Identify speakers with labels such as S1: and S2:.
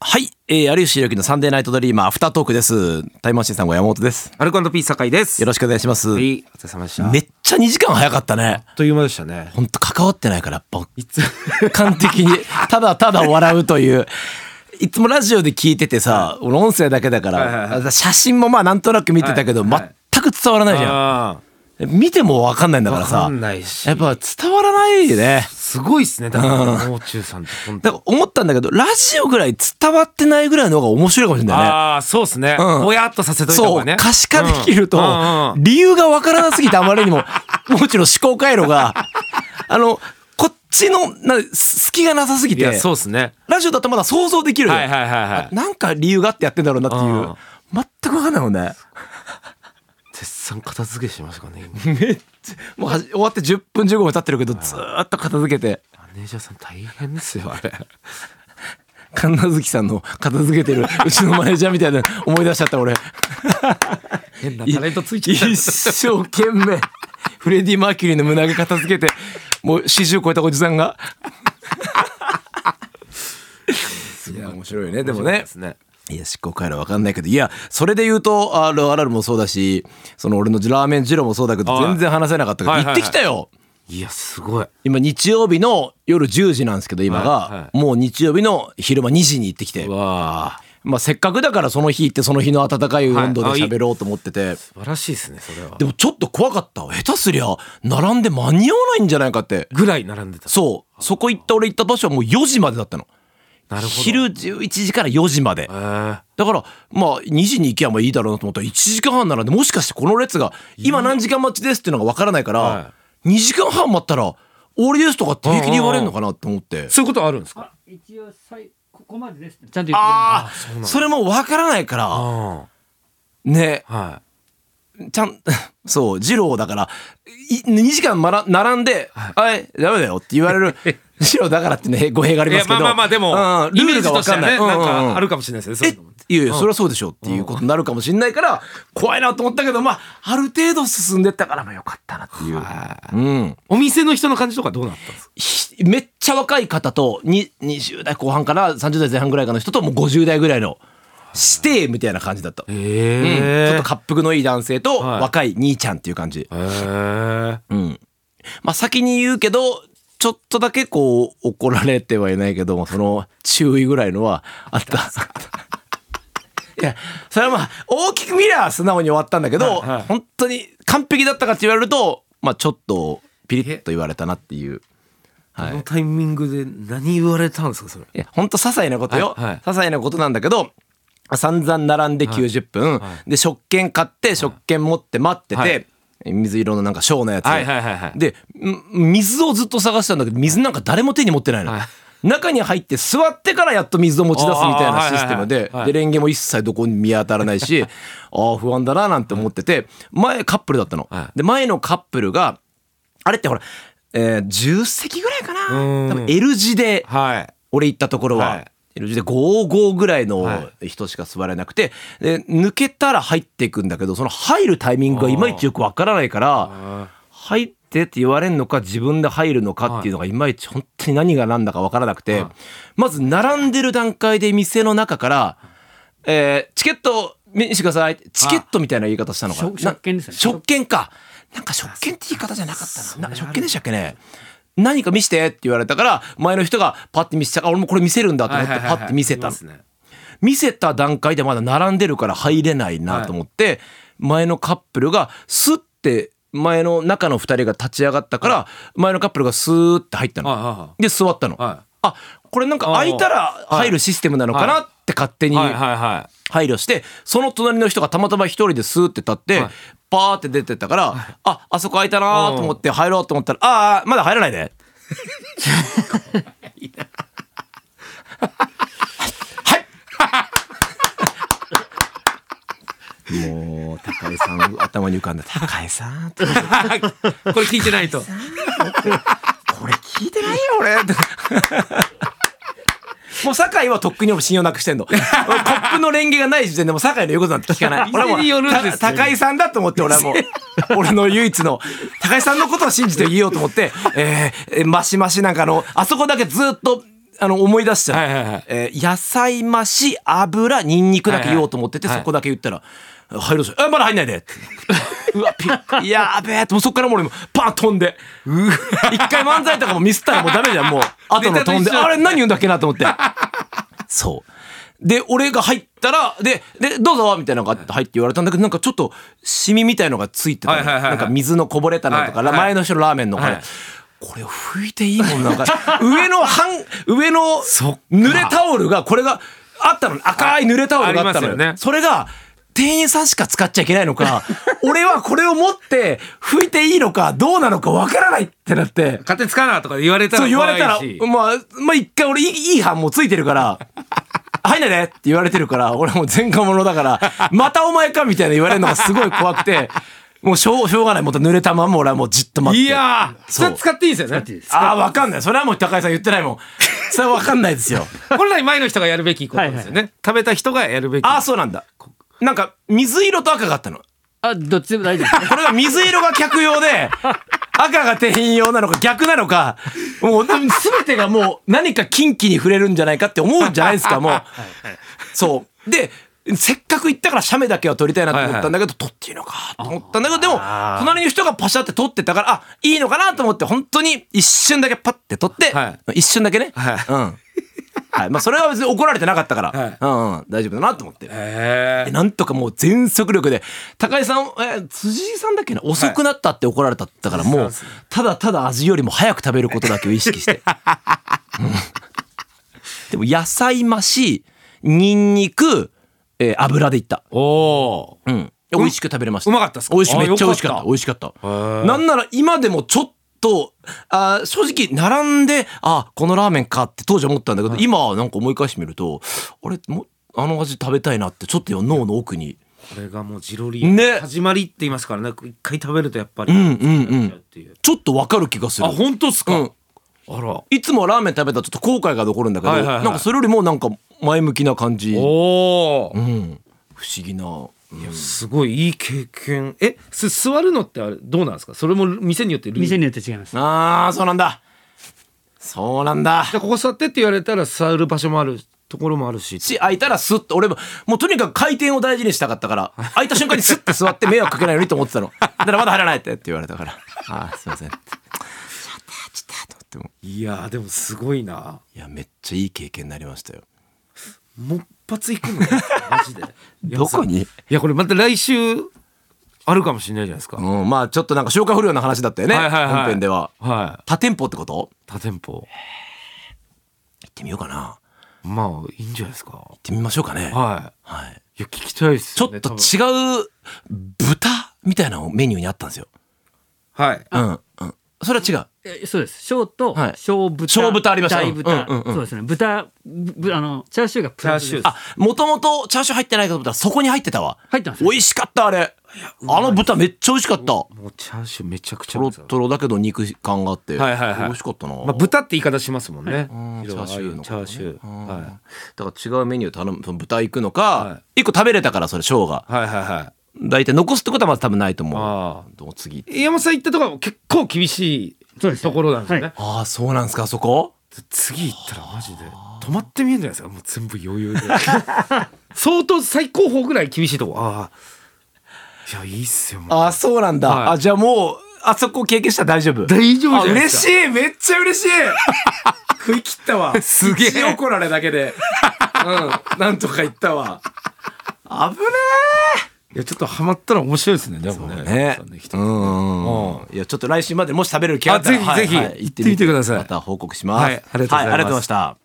S1: はい、えー、有吉弘樹のサンデーナイトドリーマーアフタートークです。タイムマシンさんご山本です。
S2: アルコピース酒井です。
S1: よろしくお願いします。
S2: はい
S1: め
S2: お疲れ様でした。
S1: っちゃ2時間早かったね
S2: あ。っという間でしたね。
S1: 本当関わってないから、やっぱ
S2: いつ、
S1: 完璧 にただただ笑うという。いつもラジオで聞いててさ、俺音声だけだか
S2: はいはい
S1: ら、写真もまあなんとなく見てたけど、
S2: はいはい
S1: 全く伝わらないじゃん。
S2: あ
S1: 見てもわかんないんだ
S2: あ、
S1: から
S2: わ
S1: さ
S2: か。んないし。
S1: やっぱ伝わらないよね。
S2: すごいっすね。だから、もう中さんと本当
S1: だから思ったんだけど、ラジオぐらい伝わってないぐらいの方が面白いかもしれないね。
S2: ああ、そうっすね。
S1: うん
S2: ぼやっとさせといた方
S1: そ
S2: が
S1: う、
S2: ね。
S1: 可視化できると
S2: うんうんう、ん
S1: 理由がわからなすぎてあまりにも、 もちろん思考回路が、あの、こっちの、な、隙がなさすぎ
S2: いや、
S1: て、
S2: そうっすね。
S1: ラジオだとまだ想像できるよ
S2: はいはいはいは
S1: あなんか理由があってやってんだろうなっていう、全くわかんないもんね。
S2: い。絶賛片付けしましたからね。今
S1: もうはじ終わって10分15分経ってるけど、ずーっと片付けて、
S2: マネージャーさん大変ですよ、あれ。
S1: 神奈月さんの片付けてるうちのマネージャーみたいなの思い出しちゃった俺。
S2: 変ないタレントついちゃった。
S1: 一生懸命フレディ・マーキュリーの胸毛片付けてもう40超えたおじさんが いや面白いねでもね
S2: ですね。
S1: いや執行回路わかんないけどいやそれで言うと RRR もそうだしその俺のラーメン二郎もそうだけど
S2: はい
S1: 全然話せなかったけど
S2: はい
S1: 行
S2: は
S1: っ
S2: い
S1: てきたよ
S2: いや、すごい。
S1: 今日曜日の夜10時なんですけど今
S2: はい
S1: が
S2: は
S1: もう日曜日の昼間2時に行ってきて
S2: うわあ、
S1: まあせっかくだからその日行ってその日の温かい温度で
S2: はいあいい
S1: 喋ろうと思ってて。
S2: 素晴らしいですね、それは
S1: で。もちょっと怖かった下手すりゃ並んで間に合わないんじゃないかって
S2: ぐらい並んでた。
S1: そうそこ行った俺行った場所はもう4時までだったの
S2: なるほど。
S1: 昼
S2: え
S1: 11時から4時まで
S2: ー
S1: だからまあ2時に行けばまあいいだろうなと思ったら1時間半並んでもしかしてこの列が今何時間待ちですっていうのが分からないか
S2: は
S1: ら2時間半待ったら終わりですとか定期に言われるのかなって思って
S2: そういうことあるんですか
S3: あ一応さいここまでですってちゃんと言ってくれる
S1: あ
S2: そうなん
S1: あ
S2: だ
S1: それも分からないから
S2: あ
S1: ね
S2: あ。はい。
S1: ちゃん、 そう、二郎だから、い2時間まら並んで、はい、ダメだよって言われ る、二郎だからってね、語弊があり
S2: い
S1: ま
S2: や
S1: すけ
S2: ま
S1: ど。
S2: あまあまあでも、
S1: うんルールがわかんない。
S2: イメージとしてはね、なんかある
S1: か
S2: かもしれないです
S1: え
S2: ね
S1: っ
S2: そういうのも。
S1: いやいや、それはそうでしょうっていうことになるかもしれないから、怖いなと思ったけど、まあ、ある程度進んでったから、まあよかったなっていう。うん。
S2: お店の人の感じとかどうなったんですか
S1: ひめっちゃ若い方と、に20代後半から30代前半ぐらいかの人と、もう50代ぐらいの、してみたいな感じだった。うん
S2: え
S1: ちょっと恰幅のいい男性と、
S2: はい
S1: 若い兄ちゃんっていう感じ。
S2: えー。
S1: うん。まあ、先に言うけど、ちょっとだけこう、怒られてはいないけども、その、注意ぐらいのはあった。 いや、それはまあ、大きく見りゃ素直に終わったんだけど、
S2: はいはい
S1: 本当に完璧だったかって言われると、まあ、ちょっと、ピリッと言われたなっていう。は
S2: この
S1: い。
S2: タイミングで何言われたんですかそれ。
S1: いや、本当些細なことよ。
S2: はいはい
S1: 些細なことなんだけど、散々並んで90分、
S2: は
S1: で、食券買って、食券持って待ってて、
S2: はい
S1: 水色のなんかショーのやつ、
S2: はいはいはいはい。
S1: でん水をずっと探してたんだけど水なんか誰も手に持ってないの、
S2: はい
S1: 中に入って座ってからやっと水を持ち出すみたい
S2: あーは
S1: ない
S2: はいは
S1: シ
S2: い
S1: ステムで
S2: はい
S1: でレンゲも一切どこに見当たらないしああ不安だななんて思ってて前カップルだったの
S2: は。い
S1: で前のカップルがあれってほら、えー10席ぐらいかな
S2: うん
S1: 多分 L 字で
S2: はい。
S1: 俺行ったところは、
S2: はい
S1: L 字で55ぐらいの
S2: は
S1: 人しか座れなくてで抜けたら入っていくんだけどその入るタイミングがいまいちよくわからないから。入ってって言われんのか自分で入るのかっていうのがいまいち本当に何が何だか分からなくて、
S2: はい
S1: まず並んでる段階で店の中から、えーチケット見してくださいチケットみたいな言い方したのかな
S3: 食食券ですよね
S1: 食券かなんか食券って言い方じゃなかったなな食券でしたっけね何か見せてって言われたから前の人がパッて見せたあ俺もこれ見せるんだと思ってパッて見せたの
S2: はいはいはいはい
S1: 見せた段階でまだ並んでるから入れないなと思って、前のカップルがスッて前の中の2人が立ち上がったから前のカップルがスーって入ったの、
S2: は
S1: で座ったの、
S2: いはいは
S1: あこれなんか開いたら入るシステムなのかなって勝手
S2: い。
S1: に
S2: はいはいは
S1: 配慮してその隣の人がたまたま一人でスーって立って、
S2: はい
S1: バーって出てったから、ああそこ開いたなーと思って入ろうと思ったらああまだ入らない で。はい もう高井さん頭に浮かんだ高井さんって
S2: い。これ聞いてないと。
S1: これ聞いてないよ俺って もう酒井はとっくにもう信用なくしてんの俺コップのレンゲがない時点でもう酒井の言うことなんて聞か ない俺はも
S2: 人によるんですよ
S1: うた高井さんだと思って俺はもう俺の唯一の高井さんのことを信じて言おうと思ってえーえーマシマシなんかあのあそこだけずっとあの思い出しちゃう、
S2: はいはい
S1: えー野菜増し油ニンニクだけ言おうと思ってて、
S2: はいはい
S1: そこだけ言ったら「入るでしょえまだ入んないで」って うわピッ やーべえってもうそっからもう俺もパン飛んで一回漫才とかもミスったらもうダメじゃんもう後の飛んで
S2: ネタと一緒
S1: あれ何言うんだっけなと思ってそうで俺が入ったら「ででどうぞ」みたいなのがあって入って言われたんだけどなんかちょっとシミみたいのがついてたの、
S2: はいはいはいはい
S1: なんか水のこぼれたなとか、
S2: はいはい
S1: 前の人のラーメンの
S2: は
S1: 金、
S2: い
S1: これ拭いていいもんなんか 上の半上の
S2: そっか
S1: 濡れタオルがこれがあったの赤い濡れタオルがあったの
S2: ああ
S1: よ
S2: りますよね
S1: それが店員さんしか使っちゃいけないのか 俺はこれを持って拭いていいのかどうなのかわからないってなって
S2: 勝手につかなとか言われたら
S1: そう言われたら
S2: 怖いし
S1: まあまあ一回俺いいいい班もついてるから 「入んないで」って言われてるから俺もう前科者だから「 またお前か」みたいな言われるのがすごい怖くて もうしょうしょうがないもっと濡れたまんま俺はもうじっと待って
S2: いやーそ
S1: そう
S2: れ使っていいですよね
S3: いいです
S1: ああ、わかんない。それはもう高井さん言ってないもん。それはわかんないですよ。
S2: 本来前の人がやるべきことですよね食べた人がやるべき
S1: ああ、そうなんだ。なんか、水色と赤があったの。
S3: あ、どっちでも大丈夫です。
S1: これが水色が客用 で、赤が店員用なのか逆なのか、もう全てがもう何か近畿に触れるんじゃないかって思うんじゃない ですか、もう。そう。で、せっかく行ったから写メだけは撮りたいなと思ったんだけど、撮っていいのかと思ったんだけど、でも、隣の人がパシャって撮ってたから、あ、いいのかなと思って、本当に一瞬だけパッて撮って
S2: は、
S1: 一瞬だけね。
S2: はい
S1: うん。はい。まあ、それは別に怒られてなかったから、
S2: はい
S1: うんうん、大丈夫だなと思って。
S2: へ
S1: でなんとかもう全速力で高井さん、えー辻井さんだっけな遅くなったって怒られたったから、もうただただ味よりも早く食べることだけを意識 して、うんでも野菜増しニンニク、えー油でいった、
S2: おお
S1: う
S2: ー
S1: ん、美味しく食べれました
S2: うまかったっすか
S1: 美味しい
S2: あ
S1: めっちゃ美味しか
S2: よか
S1: っ
S2: った
S1: た美味しかった
S2: ー
S1: なんなら今でもちょっとあー正直並んであこのラーメンかって当時は思ったんだけど、今はなんか思い返してみるとあれもあの味食べたいなってちょっと脳の奥に
S2: これがもうジロリ
S1: ね
S2: 始まりって言いますからね一回食べるとやっぱり
S1: うんうんうん
S2: 好きになっちゃうっていう
S1: ちょっとわかる気がする
S2: あ本当っすか、
S1: うん
S2: あら
S1: いつもはラーメン食べたらちょっと後悔が残るんだけど、
S2: はいはいはい
S1: なんかそれよりもなんか前向きな感じ、うん、不
S2: おお、
S1: 思議な。
S2: いやすごいいい経験えす座るのってあれどうなんですかそれも店によって ルール
S3: 店によって違います。
S1: ああそうなんだそうなんだ
S2: じゃあここ座ってって言われたら座る場所もあるところもあるし
S1: し開いたらスッと俺ももうとにかく回転を大事にしたかったから開いた瞬間にスッと座って迷惑かけないようにと思 ってたのだからまだ入らないってって言われたから「ああすい ません」って「ちょっとちょっと」と思っても
S2: いやーでもすごいない
S1: やめっちゃいい経験になりましたよ
S2: もっぱつ行くのマジで
S1: どこに
S2: いやこれまた来週あるかもしれないじゃないですか、
S1: うん、まあちょっとなんか消化不良の話だったよね、
S2: はいはいはい
S1: 本編では
S2: はい
S1: 多店舗ってこと
S2: 多店舗
S1: 行ってみようかな行っ
S2: まあいいんじゃないですか
S1: てみましょうかね
S2: はい
S1: はい
S2: いや聞きたいです
S1: ちょ
S2: よ
S1: っ
S2: ね
S1: と違う豚みたいなのメニューにあったんですよ
S2: 多分はい
S1: うんうんそれは違う
S3: えそうです。小と
S1: はい
S3: 小豚。
S1: 小豚ありました
S3: 大豚
S1: うんうんうんうん
S3: そうですね。豚、ぶあの、チャーシューがプラス
S2: チャーシュー
S3: です。
S1: あもともとチャーシュー入ってないかと思ったらそこに入ってたわ
S3: 入ってます
S1: 美味しかったあれあの豚めっちゃ美味しかったと
S2: もうチャーシューめちゃくちゃ
S1: ろとろだけど肉感があって、
S2: はいはい
S1: 美
S2: はい
S1: 味しかったな、
S2: まあ、豚って言い方しますもんね、
S1: うんチ
S2: 色
S1: ャ
S2: 々
S1: ーシューの
S2: チャーシュー、
S1: うん
S2: はい、
S1: だから違うメニュー頼むその豚行くのか
S2: は
S1: 一、個食べれたからそれ小が
S2: はいはいはい
S1: 大体残すってことはまず多分ないと思う
S2: ああ
S1: どう次
S2: 山本さん行ったとこは結構厳し
S3: そう
S2: い
S3: です
S2: ところなんですね、
S3: はい
S1: ああそうなんですかあそこ
S2: 次行ったらマジで止まって見えんじゃないですかもう全部余裕で 相当最高峰ぐらい厳しいとこああいやいいっすよもう
S1: ああそうなんだ、
S2: はい
S1: あじゃあもうあそこを経験したら大丈夫
S2: 大丈夫じゃないで
S1: 嬉
S2: す
S1: し
S2: か
S1: いめっちゃ嬉しい食い切ったわ
S2: すげえ
S1: 一怒られだけでうんなんとか言ったわ危
S2: いやちょっとハマったら面白いですねでもね
S1: ねえ
S2: 山本さんね一
S1: う
S2: 人
S1: んうんいやちょっと来週までもし食べれる機会があったら
S2: あぜひぜひ
S1: はいはい
S2: 行ってみてください
S1: また報告します
S2: はいありがとうございます
S1: はありがとうございました